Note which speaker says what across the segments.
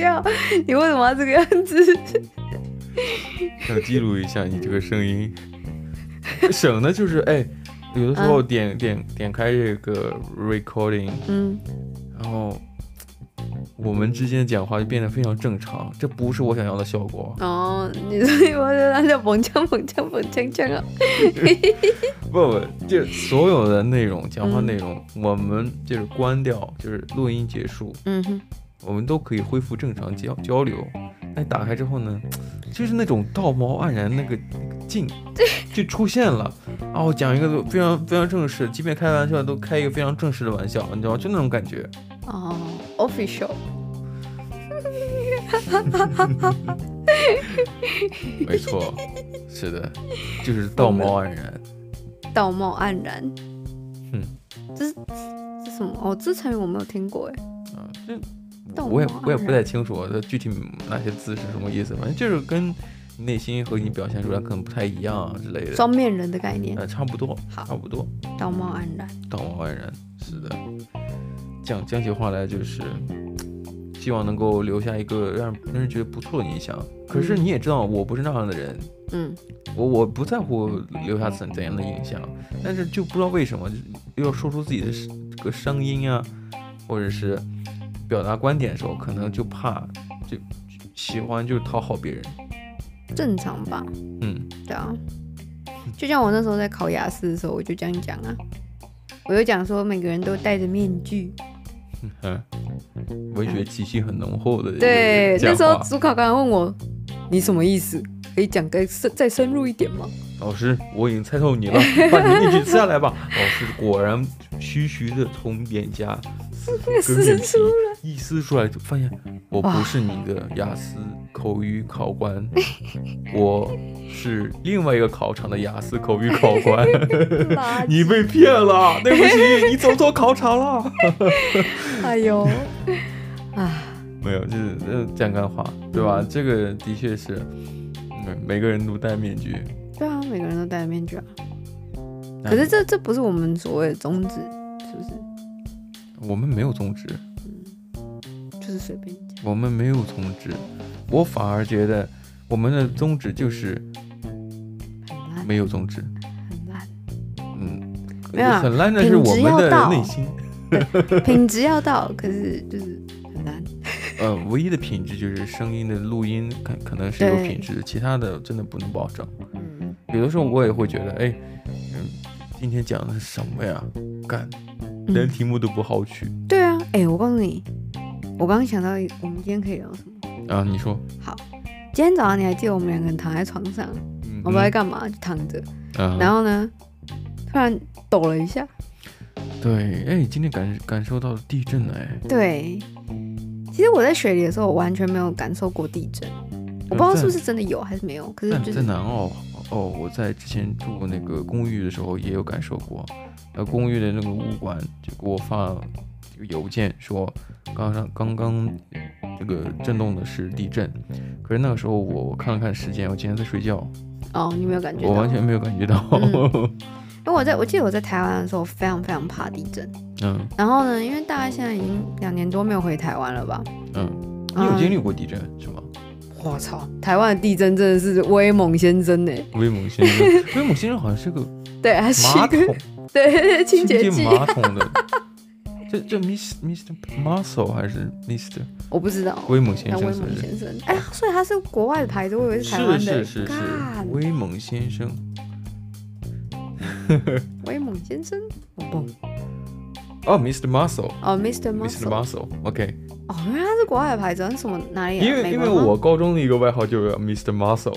Speaker 1: 笑，你为什么要这个样子？
Speaker 2: 要记录一下你这个声音，省的就是哎，有的时候点、点点开这个 recording，
Speaker 1: 嗯，
Speaker 2: 然后我们之间讲话就变得非常正常，这不是我想要的效果。
Speaker 1: 哦，你所以我就让他蹦锵蹦锵蹦锵锵啊，
Speaker 2: 不不，就所有的内容讲话
Speaker 1: 嗯
Speaker 2: 内容，我们就是关掉，就是录音结束，
Speaker 1: 嗯哼，
Speaker 2: 我们都可以恢复正常交交流。那打开之后呢，就是那种道貌岸然那个劲就出现了啊！我讲一个非常非常正式，即便开玩笑都开一个非常正式的玩笑，你知道吗？就那种感觉。
Speaker 1: 哦，official，
Speaker 2: 没错，是的，就是道貌岸然。
Speaker 1: 道貌岸然，
Speaker 2: 嗯，
Speaker 1: 这是这是什么？哦，这成语我没有听过哎，
Speaker 2: 啊，这
Speaker 1: 道
Speaker 2: 我也
Speaker 1: 貌岸
Speaker 2: 我也不
Speaker 1: 然
Speaker 2: 太清楚它具体哪些字是什么意思，反正就是跟你内心和你表现出来可能不太一样啊之类的。
Speaker 1: 双面人的概念，
Speaker 2: 呃，差不多，
Speaker 1: 好
Speaker 2: 差不多，
Speaker 1: 道貌岸然，
Speaker 2: 道貌岸然，是的。讲讲起话来就是，希望能够留下一个让让人觉得不错的印象。可是
Speaker 1: 嗯
Speaker 2: 你也知道，我不是那样的人，
Speaker 1: 嗯，
Speaker 2: 我我不在乎留下怎怎样的印象，但是就不知道为什么就要说出自己的声这个声音啊，或者是表达观点的时候，可能就怕就就喜欢就讨好别人，
Speaker 1: 正常吧，
Speaker 2: 嗯，
Speaker 1: 对啊，就像我那时候在考雅思的时候，我就这样讲啊，我就讲说每个人都戴着面具，
Speaker 2: 嗯，文学气息很浓厚的一个
Speaker 1: 对，
Speaker 2: 讲
Speaker 1: 那时候
Speaker 2: 话
Speaker 1: 主考官问我你什么意思，可以讲个深再深入一点 吗？
Speaker 2: 老师，我已经猜透你 了，把你的面具撕下来吧。老师果然徐徐的从脸颊跟面
Speaker 1: 是
Speaker 2: 皮一撕出来，就发现我不是你的雅思口语考 官，我是另外一个考场的雅思口语考 官。
Speaker 1: 垃圾
Speaker 2: 你被骗 了，对不起，你走错考场了。
Speaker 1: 哎呦，啊，
Speaker 2: 没有，就是呃讲干话，对吧？这个的确是，每每个人都戴面具。
Speaker 1: 对啊，每个人都戴着面具啊。
Speaker 2: 哎
Speaker 1: 可是这这不是我们所谓的宗旨，是不是？
Speaker 2: 我们没有宗旨，
Speaker 1: 就是随便讲。
Speaker 2: 我们没有宗旨，我反而觉得我们的宗旨就是
Speaker 1: 很烂，
Speaker 2: 没有宗旨。
Speaker 1: 很烂，
Speaker 2: 嗯，
Speaker 1: 没有啊
Speaker 2: 很烂的是我
Speaker 1: 品
Speaker 2: 们
Speaker 1: 质要
Speaker 2: 的
Speaker 1: 到
Speaker 2: 内心。
Speaker 1: 品质要到，可是就是很烂。
Speaker 2: 呃，唯一的品质就是声音的录音可可能是有
Speaker 1: 对
Speaker 2: 品质的，其他的真的不能保证。
Speaker 1: 嗯，
Speaker 2: 有的时候我也会觉得，哎，嗯，今天讲的是什么呀？干，连
Speaker 1: 嗯
Speaker 2: 题目都不好取
Speaker 1: 对啊，哎、我告诉你，我刚刚想到一，我们今天可以聊什么？
Speaker 2: 啊！你说，
Speaker 1: 好，今天早上你还记得我们两个人躺在床上，
Speaker 2: 嗯
Speaker 1: 我不知道在干嘛，就躺着，
Speaker 2: 嗯
Speaker 1: 然后呢，突然抖了一下，
Speaker 2: 对，哎，今天感感受到了地震了，哎，
Speaker 1: 对，其实我在水里的时候，我完全没有感受过地震，
Speaker 2: 嗯
Speaker 1: 我不知道是不是真的有还是没有，可是
Speaker 2: 但
Speaker 1: 就
Speaker 2: 在
Speaker 1: 是
Speaker 2: 南澳，哦，我在之前住那个公寓的时候也有感受过，呃，公寓的那个物管就给我发这个邮件说，刚刚刚刚这个震动的是地震，可是那个时候我我看了看时间，我竟然在睡觉，
Speaker 1: 哦，你没有感觉到，
Speaker 2: 我完全没有感觉到，
Speaker 1: 因为我在我记得我在台湾的时候非常非常怕地震，
Speaker 2: 嗯
Speaker 1: 然后呢，因为大家现在已经两年多没有回台湾了吧，
Speaker 2: 嗯，你有
Speaker 1: 嗯
Speaker 2: 经历过地震是吗？
Speaker 1: 我操，台湾的地震真的是威猛先生呢，
Speaker 2: 威猛先生，威猛先生好像是个
Speaker 1: 对，他是
Speaker 2: 马
Speaker 1: 一个
Speaker 2: 桶
Speaker 1: 对清洁剂，
Speaker 2: 马桶的。这这 Miss Mr. Muscle 还是 Mr.
Speaker 1: 我不知道。
Speaker 2: 威猛先
Speaker 1: 那
Speaker 2: 生
Speaker 1: 威
Speaker 2: 是不
Speaker 1: 猛
Speaker 2: 是？
Speaker 1: 先生，哎，所以他是国外的牌子，我以为是台湾
Speaker 2: 是
Speaker 1: 的。
Speaker 2: 是是是
Speaker 1: 干，
Speaker 2: 威猛先生，
Speaker 1: 威猛先生，哦不，
Speaker 2: 哦，Mr. Muscle，Mr.
Speaker 1: 哦，Mr. Muscle，
Speaker 2: Muscle，OK，
Speaker 1: 哦，原来它是国外的牌子，那是什么哪里、啊？
Speaker 2: 因为
Speaker 1: 美
Speaker 2: 因
Speaker 1: 国
Speaker 2: 为
Speaker 1: 吗
Speaker 2: 我高中的一个外号就是 Mr. Muscle，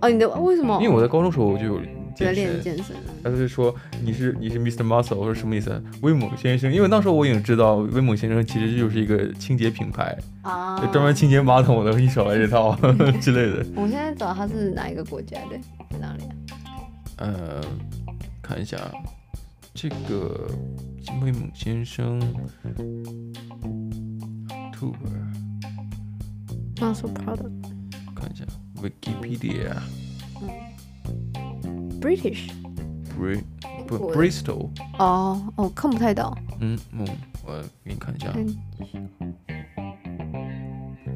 Speaker 1: 哦，你的为什么？
Speaker 2: 因为我在高中时候我就有
Speaker 1: 在
Speaker 2: 健
Speaker 1: 练
Speaker 2: 身，
Speaker 1: 健身啊。
Speaker 2: 他就说你是你是 Mr. Muscle，我说什么意思啊？威猛先生，因为那时候我已经知道威猛先生其实就是一个清洁品牌，
Speaker 1: 啊
Speaker 2: 就专门清洁马桶的，一手来这 套之类的。
Speaker 1: 我现在找它是哪一个国家的？哪里啊？
Speaker 2: 呃，看一下啊这个威猛先生，Tuber。
Speaker 1: m u s c l Product
Speaker 2: 看一下 Wikipedia
Speaker 1: British。
Speaker 2: Bri
Speaker 1: 英
Speaker 2: 不
Speaker 1: 国的
Speaker 2: Bristol，
Speaker 1: 哦哦，看
Speaker 2: 啊
Speaker 1: 不太到。
Speaker 2: 嗯嗯，我给你看一下，
Speaker 1: 嗯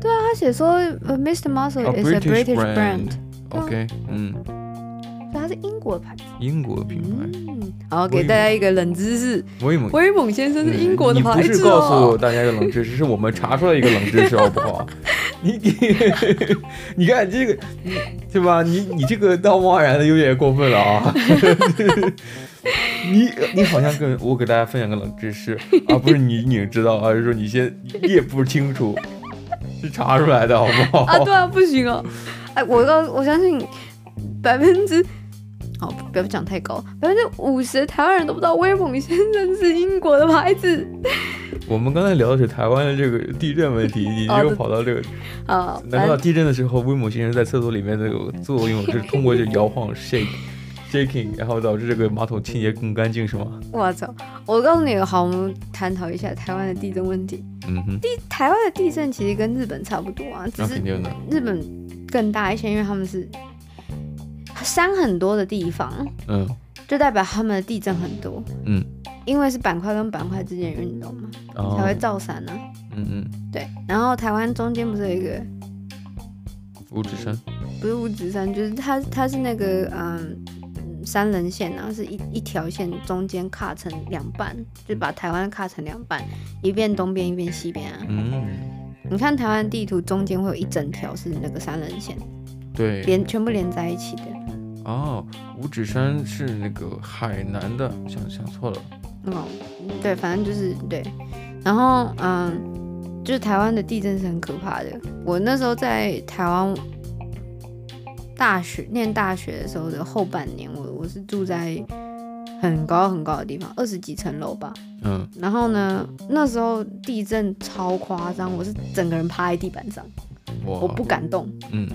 Speaker 1: 他写说呃，Mr. Muscle
Speaker 2: A
Speaker 1: is a
Speaker 2: British
Speaker 1: British
Speaker 2: brand
Speaker 1: brand，
Speaker 2: OK，嗯，
Speaker 1: 所以它是英国的牌子。
Speaker 2: 英国的品牌，
Speaker 1: 嗯，好，
Speaker 2: 威
Speaker 1: 给
Speaker 2: 猛
Speaker 1: 大家一个冷知识，
Speaker 2: 威猛。
Speaker 1: 威猛先生是英国的
Speaker 2: 嗯你不
Speaker 1: 牌
Speaker 2: 是
Speaker 1: 子
Speaker 2: 告诉
Speaker 1: 哦。
Speaker 2: 大家一个冷知识，是我们查出来一个冷知识，好 不好？你你 你看这个，你对吧？你你这个道貌岸然的有点过分了啊！ 你你好像跟我给大家分享个冷知识，而、不是你你知道，啊而是说你先你也不清楚，是查出来的好不好？
Speaker 1: 啊，对啊，不行哦。哎，我告我相信百分之，好，不不要讲太高，百分之五十台湾人都不知道威猛先生是英国的牌子
Speaker 2: 我们刚才聊的是台湾的这个地震问题，你
Speaker 1: 哦
Speaker 2: 又
Speaker 1: 对
Speaker 2: 跑到这个，
Speaker 1: 啊。
Speaker 2: 难
Speaker 1: 反
Speaker 2: 道
Speaker 1: 正
Speaker 2: 地震的时候威姆先生在厕所里面那个作用是通过这摇晃 shake shaking，然后导致这个马桶清洁更干净是吗？
Speaker 1: 我操！我告诉你，好，我们探讨一下台湾的地震问题。
Speaker 2: 嗯哼，
Speaker 1: 台湾的地震其实跟日本差不多啊，只
Speaker 2: 那
Speaker 1: 是
Speaker 2: 肯定的，
Speaker 1: 日本更大一些，因为他们是山很多的地方，
Speaker 2: 嗯
Speaker 1: 就代表他们的地震很多。
Speaker 2: 嗯，
Speaker 1: 因为是板块跟板块之间的运动嘛，
Speaker 2: 哦
Speaker 1: 才会造山呢、啊。
Speaker 2: 嗯嗯，
Speaker 1: 对，然后台湾中间不是有一个
Speaker 2: 五指山，
Speaker 1: 不是五指山，就是它它是那个嗯。嗯三棱线啊，是一一条线，中间卡成两半，就把台湾卡成两半，一边东边，一边西边啊。
Speaker 2: 嗯，
Speaker 1: 你看台湾地图中间会有一整条是那个三棱线，
Speaker 2: 对，
Speaker 1: 连全部连在一起的。
Speaker 2: 哦，五指山是那个海南的，想想错了，
Speaker 1: 哦，对，反正就是对。然后嗯，就是台湾的地震是很可怕的。我那时候在台湾大学念大学的时候的后半年，我我是住在很高很高的地方，二十几层楼吧。
Speaker 2: 嗯，
Speaker 1: 然后呢，那时候地震超夸张，我是整个人趴在地板上，我
Speaker 2: 我
Speaker 1: 不，敢动。
Speaker 2: 嗯，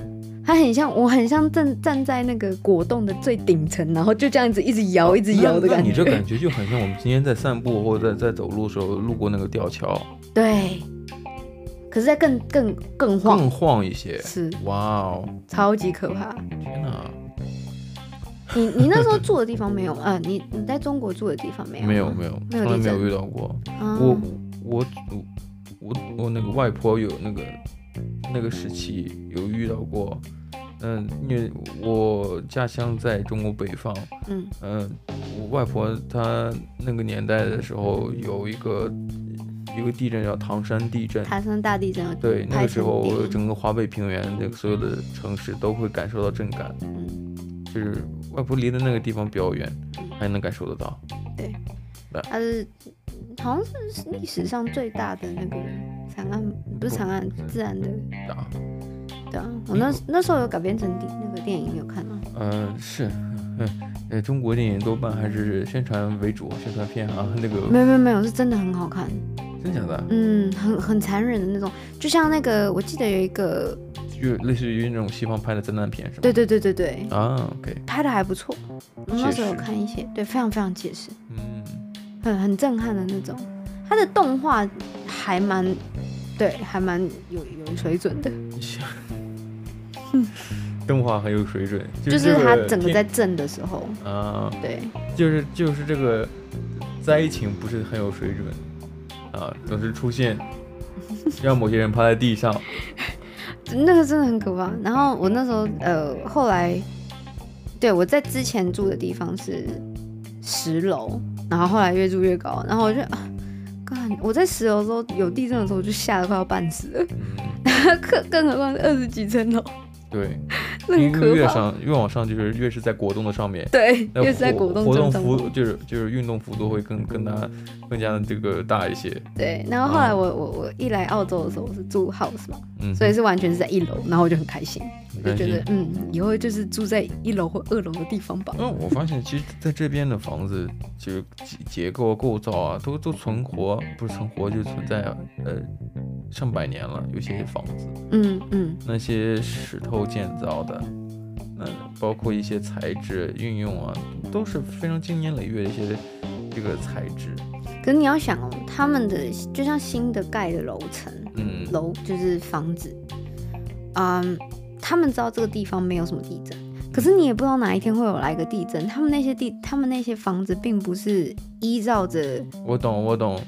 Speaker 1: 它很像，我很像站站在那个果冻的最顶层，然后就这样子一直摇，一直摇的
Speaker 2: 那
Speaker 1: 感
Speaker 2: 你
Speaker 1: 觉。
Speaker 2: 这感觉就很像我们今天在散步或者在在走路的时候路过那个吊桥，
Speaker 1: 对，可是再更更更晃，
Speaker 2: 更晃一些，
Speaker 1: 是
Speaker 2: 哇哦，
Speaker 1: 超级可怕。
Speaker 2: 天哪！
Speaker 1: 你你那时候住的地方没有？呃，你你在中国住的地方没有吗？
Speaker 2: 没有没有，
Speaker 1: 没有
Speaker 2: 从来
Speaker 1: 地
Speaker 2: 没有
Speaker 1: 震
Speaker 2: 遇到过。
Speaker 1: 啊
Speaker 2: 我我我我那个外婆有那个那个时期有遇到过，嗯，因为我家乡在中国北方，
Speaker 1: 嗯
Speaker 2: 嗯，我外婆她那个年代的时候有一个一个地震叫唐山地震，
Speaker 1: 台山大地震有
Speaker 2: 对，那
Speaker 1: 拍
Speaker 2: 个时
Speaker 1: 成
Speaker 2: 候
Speaker 1: 电影
Speaker 2: 整个华北平原那个所有的城市都会感受到震感，
Speaker 1: 嗯
Speaker 2: 就是外婆离的那个地方比较远，还能感受得到。
Speaker 1: 它是好像是历史上最大的那个长岸，不是长岸，自然的。
Speaker 2: 啊，
Speaker 1: 对啊，我那那时候有改编成电那个电影，你有看吗？
Speaker 2: 呃，是，嗯，呃，中国电影多半还是宣传为主，宣传片啊，那个
Speaker 1: 没有没有没有，是真的很好看。
Speaker 2: 真假的，
Speaker 1: 嗯，很很残忍的那种，就像那个，我记得有一个，
Speaker 2: 就类似于那种西方拍的灾难片是吧？
Speaker 1: 对对对对对，
Speaker 2: 啊，OK，
Speaker 1: 拍的还不错，我那时候有
Speaker 2: 写实
Speaker 1: 看一些，对，非常非常写实，
Speaker 2: 嗯，
Speaker 1: 很很震撼的那种。它的动画还蛮，对，还蛮有有水准的，
Speaker 2: 动画很有水准，
Speaker 1: 就是
Speaker 2: 这
Speaker 1: 它整个
Speaker 2: 天
Speaker 1: 在震的时候，
Speaker 2: 啊，
Speaker 1: 对，
Speaker 2: 就是就是这个灾情不是很有水准啊，总是出 现让某些人趴在地上，
Speaker 1: 那个真的很可怕。然后我那时候呃，后来，对我在之前住的地方是十楼，然后后来越住越高，然后我就啊，干我在十楼的时候有地震的时候，我就吓得快要半死了，
Speaker 2: 嗯，
Speaker 1: 更更何况是二十几层楼，
Speaker 2: 对，
Speaker 1: 那
Speaker 2: 因
Speaker 1: 很
Speaker 2: 为
Speaker 1: 可
Speaker 2: 越
Speaker 1: 怕。
Speaker 2: 上越往上就是越是在果冻的上面，
Speaker 1: 对，
Speaker 2: 那
Speaker 1: 越是在
Speaker 2: 哎活
Speaker 1: 果冻
Speaker 2: 活动
Speaker 1: 中上
Speaker 2: 幅就是就是运动幅度会更更大，更加的这个大一些。
Speaker 1: 对，然后后来我我我一来澳洲的时候，我是住 house 嘛，
Speaker 2: 嗯，
Speaker 1: 所以是完全是在一楼，然后我就很开心，
Speaker 2: 没
Speaker 1: 就
Speaker 2: 关
Speaker 1: 觉
Speaker 2: 系
Speaker 1: 得。嗯，以后就是住在一楼或二楼的地方吧。
Speaker 2: 嗯，我发现其实在这边的房子，就是结结构、构造啊，都都存活，不是存活，就存在呃上百年了。有些房子，
Speaker 1: 嗯嗯
Speaker 2: 那些石头建造的，那包括一些材质运用啊，都是非常经年累月的一些这个材质。
Speaker 1: 可是你要想哦，他们的就像新的盖的楼层，
Speaker 2: 嗯，
Speaker 1: 楼就是房子，嗯，他们知道这个地方没有什么地震，可是你也不知道哪一天会有来个地震。他们那些地，他们那些房子并不是依照着
Speaker 2: 我懂，我懂。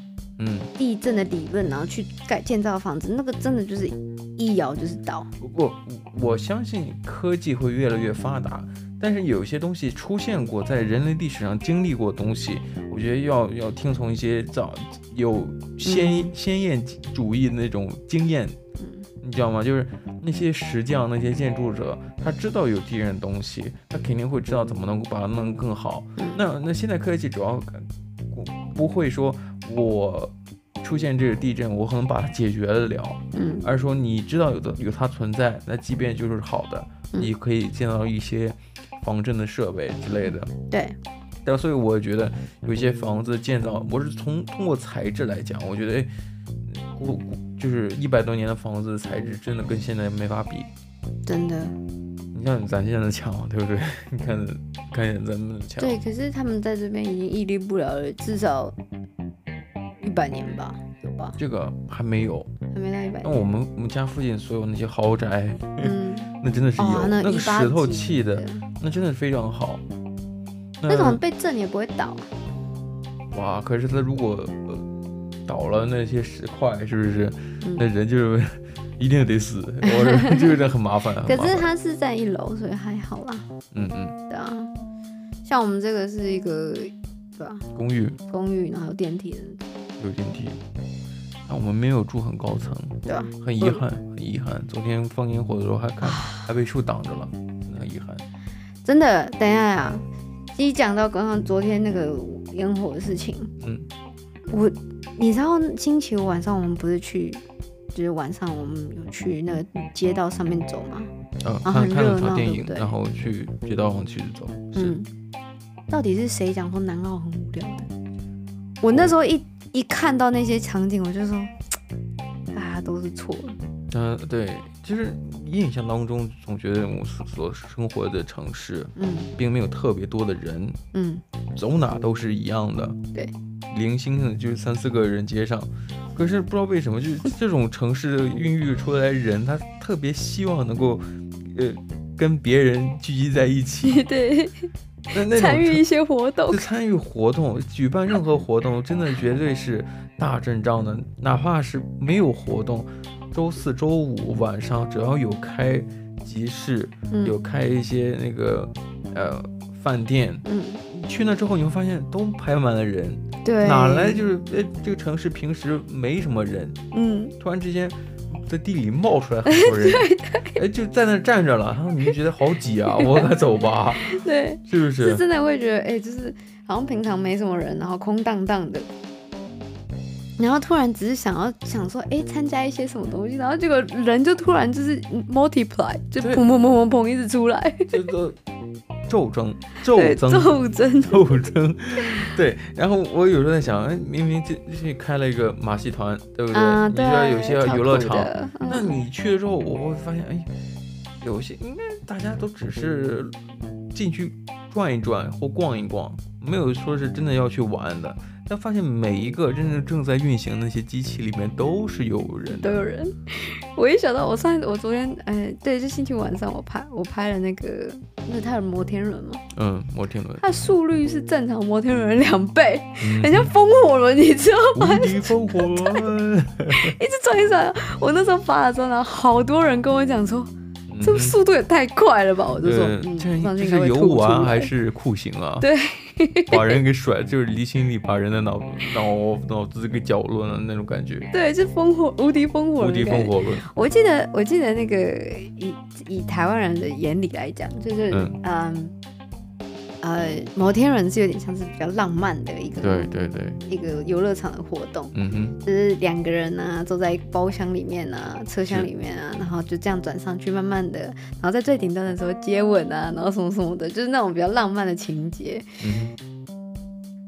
Speaker 2: 嗯，
Speaker 1: 地震的理论然后去盖建造房子，那个真的就是一咬就是倒。
Speaker 2: 不过我相信科技会越来越发达，但是有些东西出现过在人类历史上经历过的东西，我觉得要要听从一些早有先、先验主义的那种经验，
Speaker 1: 嗯
Speaker 2: 你知道吗？就是那些石匠、那些建筑者，他知道有敌人的东西，他肯定会知道怎么能够把它弄得更好。
Speaker 1: 嗯
Speaker 2: 那那现在科技主要感不不会说我出现这个地震，我可能把它解决得了。
Speaker 1: 嗯
Speaker 2: 而是说你知道有的有它存在，那即便就是好的，
Speaker 1: 嗯
Speaker 2: 你可以建造一些防震的设备之类的。
Speaker 1: 对，
Speaker 2: 但所以我觉得有一些房子建造，我是从通过材质来讲，我觉得哎古古就是一百多年的房子材质真的跟现在没法比。
Speaker 1: 真的。
Speaker 2: 你像咱现在的墙，对不对？ 你看看见咱们的墙，
Speaker 1: 对，可是他们在这边已经屹立不了了，至少一百年吧，有吧？
Speaker 2: 这个还没有。
Speaker 1: 还没到一百
Speaker 2: 那
Speaker 1: 年。
Speaker 2: 我们我们家附近所有那些豪宅，
Speaker 1: 嗯，
Speaker 2: 那真的是有、
Speaker 1: 哦，
Speaker 2: 那
Speaker 1: 一
Speaker 2: 个
Speaker 1: 八
Speaker 2: 石头
Speaker 1: 几
Speaker 2: 砌的，
Speaker 1: 年
Speaker 2: 那真的是非常好。
Speaker 1: 那种被震也不会倒。
Speaker 2: 哇，可是他如果、呃、倒了那些石块，是不是那
Speaker 1: 嗯，
Speaker 2: 人就是 一定 得死？我说就是很麻烦。很
Speaker 1: 可
Speaker 2: 麻
Speaker 1: 是
Speaker 2: 烦
Speaker 1: 它是在一楼，所以还好啦。
Speaker 2: 嗯嗯，
Speaker 1: 对啊，像我们这个是一个对吧、
Speaker 2: 公寓
Speaker 1: 公寓，然后有电梯的，
Speaker 2: 有电梯，但我们没有住很高层，
Speaker 1: 对吧、
Speaker 2: 很遗憾，
Speaker 1: 嗯
Speaker 2: 很遗憾。昨天放烟火的时候还看，
Speaker 1: 啊
Speaker 2: 还被树挡着了，真的很遗憾。
Speaker 1: 真的，等一下呀，一讲到刚刚昨天那个烟火的事情，
Speaker 2: 嗯，
Speaker 1: 我你知道星期五晚上我们不是去，就是晚上我们有去那个街道上面走吗？
Speaker 2: 呃，
Speaker 1: 啊
Speaker 2: 看
Speaker 1: 很
Speaker 2: 看了
Speaker 1: 热
Speaker 2: 场
Speaker 1: 闹
Speaker 2: 电
Speaker 1: 对
Speaker 2: 影
Speaker 1: 不，对
Speaker 2: 然后去街道上去走。是，
Speaker 1: 嗯，到底是谁讲说南澳很无聊的？我那时候一一看到那些场景，我就说，大家都是错的。
Speaker 2: 嗯、对，就是印象当中总觉得我所所生活的城市
Speaker 1: 嗯
Speaker 2: 并没有特别多的人，
Speaker 1: 嗯，
Speaker 2: 走哪都是一样的，
Speaker 1: 对，
Speaker 2: 零星的就是三四个人街上。可是不知道为什么， 就是这种城市孕育出来的人，他特别希望能够，呃，跟别人聚集在 一 起。
Speaker 1: 对，
Speaker 2: 那那种
Speaker 1: 参与
Speaker 2: 城
Speaker 1: 一些活动
Speaker 2: 就。参与活动，举办任何活动，真的绝对是大阵仗的。哪怕是没有活动，周四周五晚上只要有开集市，有
Speaker 1: 嗯
Speaker 2: 开一些那个呃饭店，
Speaker 1: 嗯，
Speaker 2: 去那之后，你会发现都排满了人，
Speaker 1: 对，
Speaker 2: 哪来就是呃这个城市平时没什么人，
Speaker 1: 嗯，
Speaker 2: 突然之间在地里冒出来很 多人，哎就在那站着了，然啊后你就觉得好 挤啊，我该走吧，
Speaker 1: 对，
Speaker 2: 是啊
Speaker 1: 是
Speaker 2: 不是？
Speaker 1: 真的会觉得，哎、就是好像平常没什么人，然后空荡荡的。然后突然只是想要想说，哎、参加一些什么东西，然后结果人就突然就是 multiply，就
Speaker 2: 对
Speaker 1: 砰砰砰砰砰一直出 来，
Speaker 2: 这都骤增骤
Speaker 1: 对，
Speaker 2: 增
Speaker 1: 骤增，
Speaker 2: 斗争，对。然后我有时候在想，哎，明明这这开了一个马戏团，对不 对？
Speaker 1: 啊，
Speaker 2: 你
Speaker 1: 对，
Speaker 2: 说有些
Speaker 1: 超
Speaker 2: 游乐
Speaker 1: 酷
Speaker 2: 场，
Speaker 1: 的
Speaker 2: 那
Speaker 1: 嗯
Speaker 2: 你去了之后，我会发现，哎，有些应该大家都只是进去转一转或逛一逛，没有说是真的要去玩的。但发现每一个真正正在运行的那些机器里面都是有人
Speaker 1: 都
Speaker 2: 的，
Speaker 1: 有人。我一想到我上一我昨天，哎，对，就星期五晚上我拍我拍了那个，那他有摩天轮嘛，
Speaker 2: 嗯，摩天轮，
Speaker 1: 它的速率是正常摩天轮两倍，很
Speaker 2: 嗯，
Speaker 1: 像风火轮，你知道吗
Speaker 2: 无敌 烽火，
Speaker 1: 一直转一直转。我那时候发了之后，然后好多人跟我讲说，这
Speaker 2: 嗯
Speaker 1: 速度也太快了吧！我就说，
Speaker 2: 呃
Speaker 1: 嗯，
Speaker 2: 这
Speaker 1: 上去应该
Speaker 2: 这是
Speaker 1: 会
Speaker 2: 游
Speaker 1: 吐出
Speaker 2: 玩
Speaker 1: 来
Speaker 2: 还是酷刑啊？
Speaker 1: 对，
Speaker 2: 把人给甩，就是离心力把人的脑脑脑子给搅乱了那种感觉，
Speaker 1: 对，就烽火无敌烽火，
Speaker 2: 无敌烽。火论。
Speaker 1: 我记得，我记得那个以以台湾人的眼里来讲，就是
Speaker 2: 嗯
Speaker 1: 嗯。呃，摩天轮是有点像是比较浪漫的一个
Speaker 2: 对对对，
Speaker 1: 一个游乐场的活动，
Speaker 2: 嗯哼，
Speaker 1: 就是两个人啊坐在包厢里面啊、车厢
Speaker 2: 是
Speaker 1: 里面啊，然后就这样转上去，慢慢的，然后在最顶端的时候接吻啊，然后什么什么的，就是那种比较浪漫的情节。
Speaker 2: 嗯哼。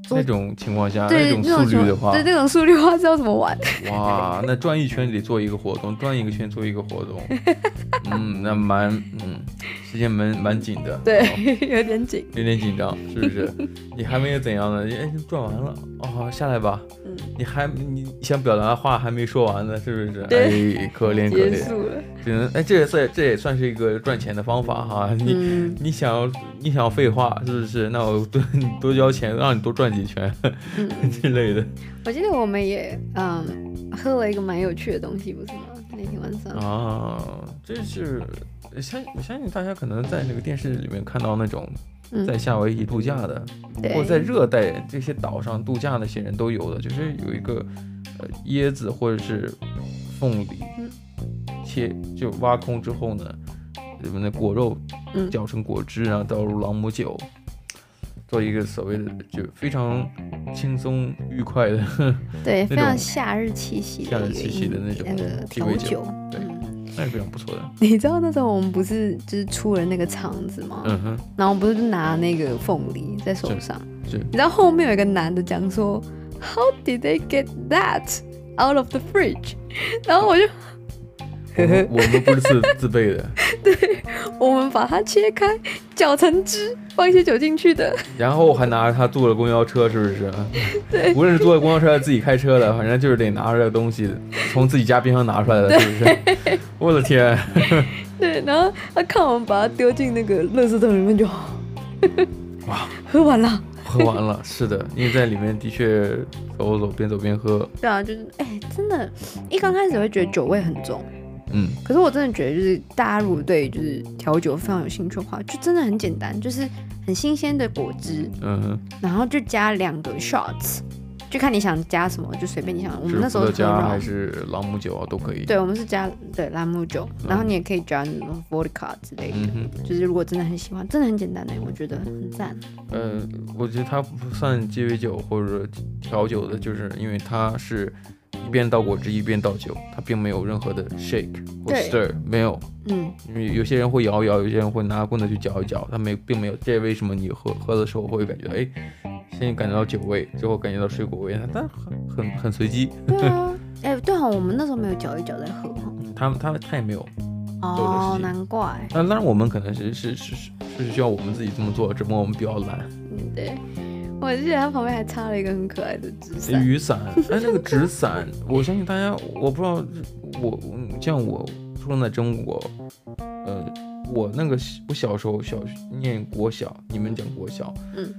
Speaker 1: 做
Speaker 2: 那种情况下，啊那
Speaker 1: 对
Speaker 2: 种速
Speaker 1: 什么
Speaker 2: 率的话，
Speaker 1: 对那种速率的话知道怎么玩？
Speaker 2: 哇，那转一圈得做一个活动，转一个圈做一个活动，嗯，那蛮，嗯，时间蛮蛮紧的，
Speaker 1: 对
Speaker 2: 哦，
Speaker 1: 有点紧。
Speaker 2: 有点紧张，是不 是？你还没有怎样呢？哎，转完了，哦，下来吧，
Speaker 1: 嗯，
Speaker 2: 你还你想表达的话还没说完呢，是不是？
Speaker 1: 对
Speaker 2: 哎，可怜可
Speaker 1: 结
Speaker 2: 怜，
Speaker 1: 束了。
Speaker 2: 只能哎，这也算这也算是一个赚钱的方法哈。你、
Speaker 1: 嗯
Speaker 2: 你想要你想要废话是不是？那我多你多交钱，让你多赚几圈
Speaker 1: 嗯，
Speaker 2: 之类的。
Speaker 1: 我记得我们也嗯喝了一个蛮有趣的东西，不是吗？那那天晚上。
Speaker 2: 啊，这是相我相信大家可能在那个电视里面看到那种
Speaker 1: 嗯，
Speaker 2: 在夏威夷度假的，或者
Speaker 1: 对，
Speaker 2: 在热带这些岛上度假那些人都有的，就是有一个呃椰子或者是凤梨
Speaker 1: 嗯，
Speaker 2: 切就挖空之后呢，里面的果肉
Speaker 1: 嗯
Speaker 2: 搅成果汁，然后倒入朗姆酒，做一个所谓的就非常轻松愉快的
Speaker 1: 对，
Speaker 2: 那
Speaker 1: 非常
Speaker 2: 种
Speaker 1: 夏日气息的
Speaker 2: 夏
Speaker 1: 一
Speaker 2: 日
Speaker 1: 个
Speaker 2: 气息的那种
Speaker 1: 那个
Speaker 2: 鸡
Speaker 1: 调
Speaker 2: 尾
Speaker 1: 酒
Speaker 2: 酒。对
Speaker 1: 嗯
Speaker 2: 那是非常不错的。
Speaker 1: 你知道那时候我们不是就是出了那个场子吗？
Speaker 2: 嗯哼，
Speaker 1: 然后我不是就拿那个凤梨在手上，
Speaker 2: 是
Speaker 1: 你知道后面有一个男的讲说，How did they get that out of the fridge？然后我就
Speaker 2: 我们我们不是自自备的，
Speaker 1: 我们把它切开，搅成汁，放一些酒进去的。
Speaker 2: 然后还拿着它坐了公交车，是不是？对，无论是坐了公交车还是自己开车的，反正就是得拿着这个东西从自己家冰箱拿出来的，是不是？我的天，
Speaker 1: 对，然后他看我们把它丢进那个垃圾桶里面就，
Speaker 2: 哇，
Speaker 1: 喝完了。
Speaker 2: 喝完了，是的，因为在里面的确走走边走边喝，
Speaker 1: 对啊，就是哎、真的，一刚开始会觉得酒味很重，
Speaker 2: 嗯，
Speaker 1: 可是我真的觉得就是大家如果对就是调酒非常有兴趣的话，就真的很简单，就是很新鲜的果汁，
Speaker 2: 嗯哼，
Speaker 1: 然后就加两个 shots，就看你想加什么，就随便你想。我
Speaker 2: 嗯是
Speaker 1: 们那时候
Speaker 2: 伏特
Speaker 1: 喝
Speaker 2: 加
Speaker 1: rum
Speaker 2: 还是朗姆酒啊都可以，
Speaker 1: 对，我们是加对兰姆酒，然后你也可以加那种 vodka 之类的。
Speaker 2: 嗯哼。
Speaker 1: 就是如果真的很喜欢，真的很简单的，我觉得很赞。
Speaker 2: 呃，我觉得它不算鸡尾酒或者调酒的，就是因为它是一边倒果汁一边倒酒，它并没有任何的 shake 或
Speaker 1: 对
Speaker 2: stir，没有。
Speaker 1: 嗯，
Speaker 2: 因为有些人会摇一摇，有些人会拿棍子去搅一搅，它没并没有。这为什么你喝喝的时候会感觉到，哎，先感觉到酒味，之后感觉到水果味，它但很很很随机。
Speaker 1: 对啊， 哎、对哦，我们那时候没有搅一搅再喝
Speaker 2: 他他他也没有。
Speaker 1: 哦，难怪。
Speaker 2: 但当然我们可能是是是是是需要我们自己这么做，只不过我们比较懒。
Speaker 1: 嗯，对，我记得它旁边还插了一个很可爱的纸伞。
Speaker 2: 雨伞，哎，那个纸伞，我相信大家，我不知道，我嗯像我出生在中国，呃，我那个我小时候小念国小，你们讲国小，
Speaker 1: 嗯，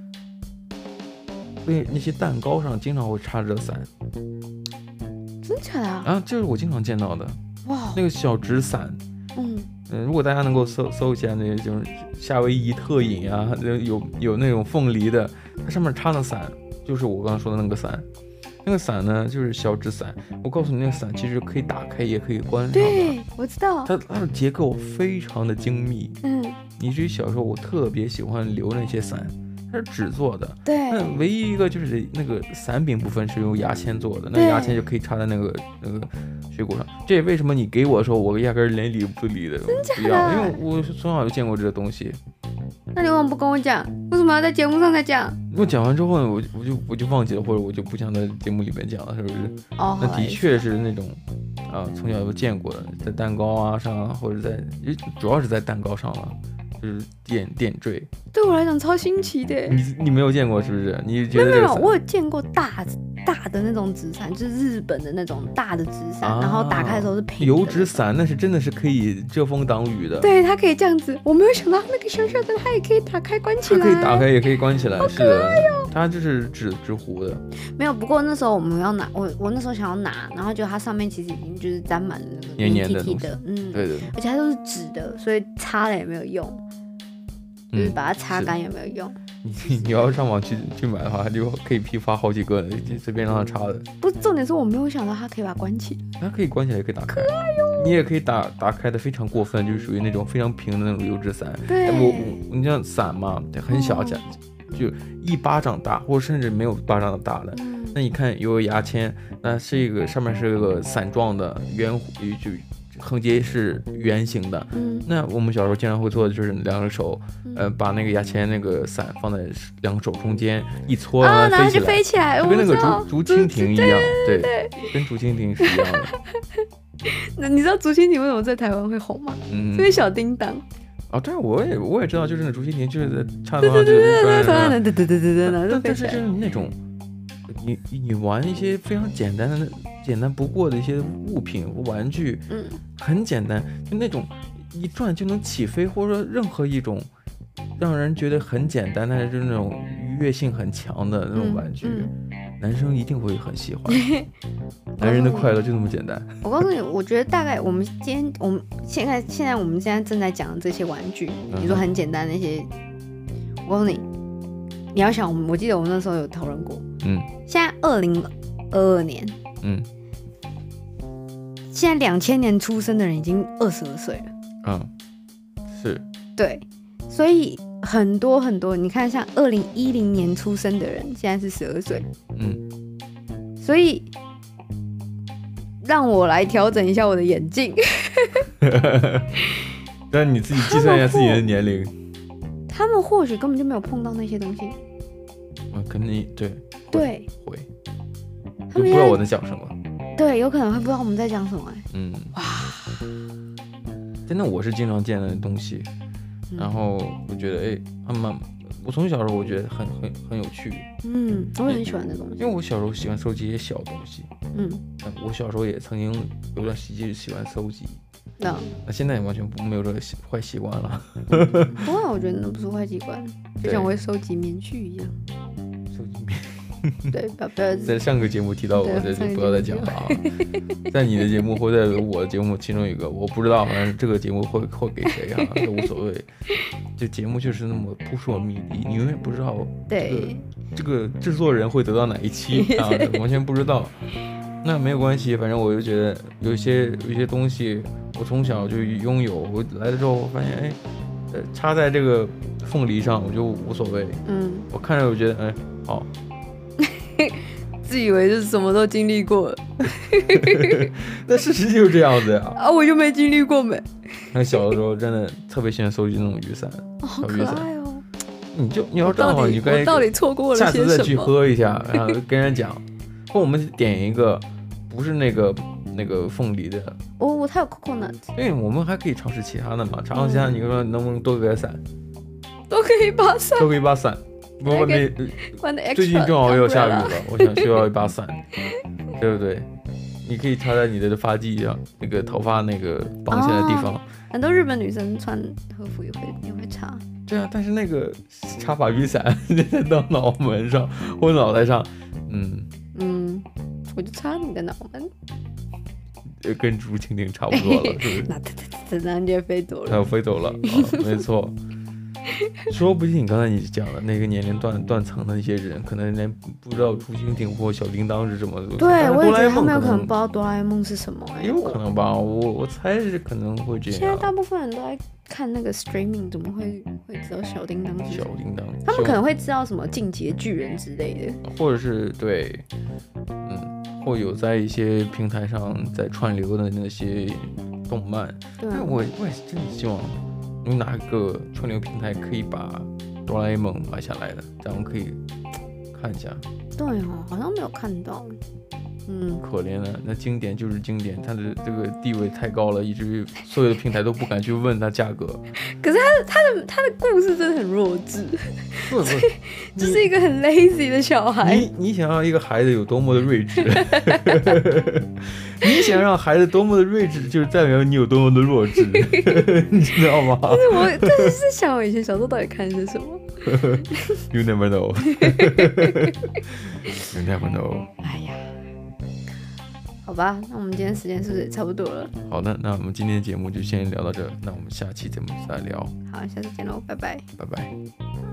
Speaker 2: 那那些蛋糕上经常会插着伞
Speaker 1: 真假的啊？
Speaker 2: 啊，这是我经常见到的
Speaker 1: 哇，
Speaker 2: 那个小纸伞。
Speaker 1: 嗯，
Speaker 2: 嗯、如果大家能够搜搜一下那些就是夏威夷特饮啊，那有有那种凤梨的，它上面插的伞就是我刚刚说的那个伞，那个伞呢就是小纸伞。我告诉你，那个伞其实可以打开也可以关上的，
Speaker 1: 对，我知道。
Speaker 2: 它它的结构非常的精密，
Speaker 1: 嗯，
Speaker 2: 以至于小时候我特别喜欢留那些伞，它是纸做的。
Speaker 1: 对，
Speaker 2: 那唯一一个就是那个伞柄部分是用牙签做的，那
Speaker 1: 对
Speaker 2: 牙签就可以插在那个那个水果上。这也为什么你给我的时候，我压根儿连理不理的，不要，
Speaker 1: 的
Speaker 2: 因为我从小就见过这个东西。
Speaker 1: 那你为什么不跟我讲？为什么要在节目上才讲？
Speaker 2: 我讲完之后呢，我就我就我就忘记了，或者我就不想在节目里面讲了，是不是？
Speaker 1: 哦，
Speaker 2: 那
Speaker 1: 好
Speaker 2: 的
Speaker 1: 意思
Speaker 2: 确是那种啊，从小就见过的，在蛋糕啊上啊，或者在主要是在蛋糕上了。就是点点缀，
Speaker 1: 对我来讲超新奇的。
Speaker 2: 你你没有见过是不嗯是？你觉得
Speaker 1: 没
Speaker 2: 这个
Speaker 1: 有，
Speaker 2: 伞
Speaker 1: 我有见过大大的那种纸伞，就是日本的那种大的纸伞，然后打开的时候是平的
Speaker 2: 啊油纸。伞那是真的是可以遮风挡雨的，
Speaker 1: 对，它可以这样子，我没有想到那个小小的，它也可以打开关起
Speaker 2: 它
Speaker 1: 来。
Speaker 2: 可以打开也可以关起来，是的，它就是纸纸糊的，
Speaker 1: 没有，不过那时候我们要拿，我我那时候想要拿，然后就它上面其实已经就是沾满了那个
Speaker 2: 黏黏的
Speaker 1: 的
Speaker 2: 东西
Speaker 1: 的，嗯，
Speaker 2: 对对，
Speaker 1: 而且它都是纸的，所以擦了也没有用，就是
Speaker 2: 嗯，
Speaker 1: 把它擦
Speaker 2: 是
Speaker 1: 干也没有用。
Speaker 2: 你你要上网去去买的话，就可以批发好几个，就随便让它插的，
Speaker 1: 不，重点是我没有想到它可以把它关起来。
Speaker 2: 它可以关起来也可以打开，你也可以打打开的非常过分，就是属于那种非常平的那种油纸伞，
Speaker 1: 对，
Speaker 2: 哎我我你像伞嘛，很小
Speaker 1: 嗯
Speaker 2: 讲，就一巴掌大，或者甚至没有巴掌大的，
Speaker 1: 嗯
Speaker 2: 那你看有个牙签，那是一个上面是一个伞状的圆弧，就横截是圆形的。
Speaker 1: 嗯
Speaker 2: 那我们小时候经常会做的就是两个手，呃，
Speaker 1: 嗯
Speaker 2: 把那个牙签那个伞放在两个手中间一搓，
Speaker 1: 啊，然后
Speaker 2: 飞
Speaker 1: 就
Speaker 2: 起来
Speaker 1: 飞，起来，
Speaker 2: 就
Speaker 1: 我
Speaker 2: 跟那个
Speaker 1: 知道
Speaker 2: 竹竹蜻蜓一样，对，
Speaker 1: 对
Speaker 2: 跟竹蜻蜓是一样的。
Speaker 1: 那你知道竹蜻蜓为什么在台湾会红吗？
Speaker 2: 嗯
Speaker 1: 因，为小叮当，
Speaker 2: 啊，对，我也我也知道，就是那竹蜻蜓，就是在插到上就是转转转
Speaker 1: 对对对对对对，
Speaker 2: 但
Speaker 1: 就
Speaker 2: 但
Speaker 1: 飞
Speaker 2: 是
Speaker 1: 起
Speaker 2: 就是
Speaker 1: 来。
Speaker 2: 那种，你你玩一些非常简单的、简单不过的一些物品玩具，
Speaker 1: 嗯，
Speaker 2: 很简单，就那种一转就能起飞，或者说任何一种让人觉得很简单，但是就是那种愉悦性很强的那种玩具，
Speaker 1: 嗯
Speaker 2: 男生一定会很 喜欢。男人的快乐就那么简单。
Speaker 1: 我告诉你，我觉得大概我们今天，我们现在现在我们现在正在讲的这些玩具，你说
Speaker 2: 嗯哼
Speaker 1: 很简单的一些，我告诉你，你要想，我们我记得我们那时候有讨论过，
Speaker 2: 嗯
Speaker 1: 现在二零二二年，
Speaker 2: 嗯
Speaker 1: 现在两千年出生的人已经二十二岁了，
Speaker 2: 嗯，是
Speaker 1: 对，所以很多很多，你看像二零一零年出生的人，现在是十二岁，
Speaker 2: 嗯，
Speaker 1: 所以让我来调整一下我的眼 镜，
Speaker 2: 但你自己计算一下自己的年龄，
Speaker 1: 他们或许根本就没有碰到那些东西，
Speaker 2: 嗯，肯定对
Speaker 1: 对
Speaker 2: 会，
Speaker 1: 他
Speaker 2: 就不
Speaker 1: 们
Speaker 2: 知道我
Speaker 1: 现
Speaker 2: 在讲什么。
Speaker 1: 在对有可能会不知道我们在讲什么、哎
Speaker 2: 嗯，哇，真的我是经常见的东西，
Speaker 1: 嗯
Speaker 2: 然后我觉得哎，慢慢，我从小时候我觉得很很很有趣，
Speaker 1: 嗯，我也很喜欢这东
Speaker 2: 因
Speaker 1: 西，
Speaker 2: 为我小时候喜欢收集一些小东西。
Speaker 1: 嗯，
Speaker 2: 嗯我小时候也曾经有段时间喜欢搜集，
Speaker 1: 那
Speaker 2: 那现在也完全不没有这个习坏习惯了。
Speaker 1: 不过我觉得那不是坏习惯，就像我会收集棉絮一样，
Speaker 2: 收集棉嗯
Speaker 1: 对，不要不要
Speaker 2: 在上个节目提到我，
Speaker 1: 对
Speaker 2: 这
Speaker 1: 上
Speaker 2: 就
Speaker 1: 个
Speaker 2: 不要再
Speaker 1: 节
Speaker 2: 讲
Speaker 1: 目
Speaker 2: 了啊。 在你的节目或在我的节目其中一个，我不知道，反正这个节目会会给谁啊，都无所谓。这节目就是那么扑朔迷离，你永远不知道
Speaker 1: 对，
Speaker 2: 这个制作人会得到哪一 期啊，完全不知道。那没有关系，反正我就觉得有一些有一些东西，我从小就拥有，我来了之后我发现，哎，呃，插在这个凤梨上我就无所谓，
Speaker 1: 嗯，
Speaker 2: 我看着我觉得，哎，好，
Speaker 1: 自以为是什么都经历过了
Speaker 2: 但事实就是这样子呀。
Speaker 1: 啊，我就没经历过没，
Speaker 2: 那小的时候真的特别喜欢收集那种雨伞，
Speaker 1: 好
Speaker 2: 小雨
Speaker 1: 可
Speaker 2: 伞，
Speaker 1: 爱哦。
Speaker 2: 你就你要
Speaker 1: 我
Speaker 2: 正
Speaker 1: 到
Speaker 2: 好
Speaker 1: 底
Speaker 2: 你该
Speaker 1: 我到底错过
Speaker 2: 下
Speaker 1: 了
Speaker 2: 次
Speaker 1: 些
Speaker 2: 再去
Speaker 1: 什么？
Speaker 2: 喝一 下，然后跟人讲，或我们点一个不是那个那个凤梨的，
Speaker 1: 我我它有 coconut，
Speaker 2: 因为哎我们还可以尝试其他的嘛，尝试其他，
Speaker 1: 嗯
Speaker 2: 你说能不能多给 个伞，
Speaker 1: 都可以把伞
Speaker 2: 多给一把伞。不
Speaker 1: 那
Speaker 2: 不，
Speaker 1: 个
Speaker 2: 那
Speaker 1: 玩的 extra。
Speaker 2: 最近正好又下雨了，我想需要一 把伞，对不对？你可以插在你的发髻上，那个头发那个绑起来的地方。
Speaker 1: 很多日本女生穿和服也会也会擦，
Speaker 2: 对啊，但是那个插把雨伞 在到脑门上或脑袋上，嗯，
Speaker 1: 嗯，我就擦你的脑门，
Speaker 2: 呃跟竹蜻蜓差不多 了，是不是？
Speaker 1: 那哒哒哒哒，你就飞走
Speaker 2: 它
Speaker 1: 了。
Speaker 2: 要飞走了，啊没错。说不定刚才你讲的那个年龄段断层的一些人，可能连不知道竹蜻蜓或小铃铛是什么东西。但
Speaker 1: 对，
Speaker 2: 是
Speaker 1: 我也觉
Speaker 2: 哆啦
Speaker 1: 得
Speaker 2: A
Speaker 1: 他
Speaker 2: 梦
Speaker 1: 们有
Speaker 2: 可
Speaker 1: 可能不知道哆啦 A 梦是什么、哎，
Speaker 2: 也有可能吧，我我猜是可能会这
Speaker 1: 现在
Speaker 2: 样。
Speaker 1: 大部分人都在看那个 streaming，怎么会会知道小叮当是
Speaker 2: 小
Speaker 1: 什么？
Speaker 2: 铃铛，
Speaker 1: 他们
Speaker 2: 小
Speaker 1: 可能会知道什么进阶巨人之类的。
Speaker 2: 或者是对，嗯，或有在一些平台上在串流的那些动漫，
Speaker 1: 对
Speaker 2: 因为
Speaker 1: 啊，
Speaker 2: 我我也是真的希望有哪个串流平台可以把哆啦 A 梦买下来的，咱们可以看一下。
Speaker 1: 对哦，好像没有看到。嗯，
Speaker 2: 可怜了，那经典就是经典，它的这个地位太高了，以至于所有的平台都不敢去问它价格。
Speaker 1: 他的故事真的很弱智，
Speaker 2: 不不，
Speaker 1: 这是一个很 lazy 的小孩。
Speaker 2: 你你想让一个孩子有多么的睿智， 你想让孩子多么的睿智，就是代表你有多么的弱智， 你知道吗
Speaker 1: 但是我 但是是想我以前小时候到底看些什么？
Speaker 2: ？You never know 。You never know。
Speaker 1: 哎呀，好吧，那我们今天时间是不是也差不多了？
Speaker 2: 好的，那我们今天的节目就先聊到这，那我们下期节目再聊，
Speaker 1: 好，下次见喽，拜拜。
Speaker 2: 拜拜。
Speaker 1: 拜。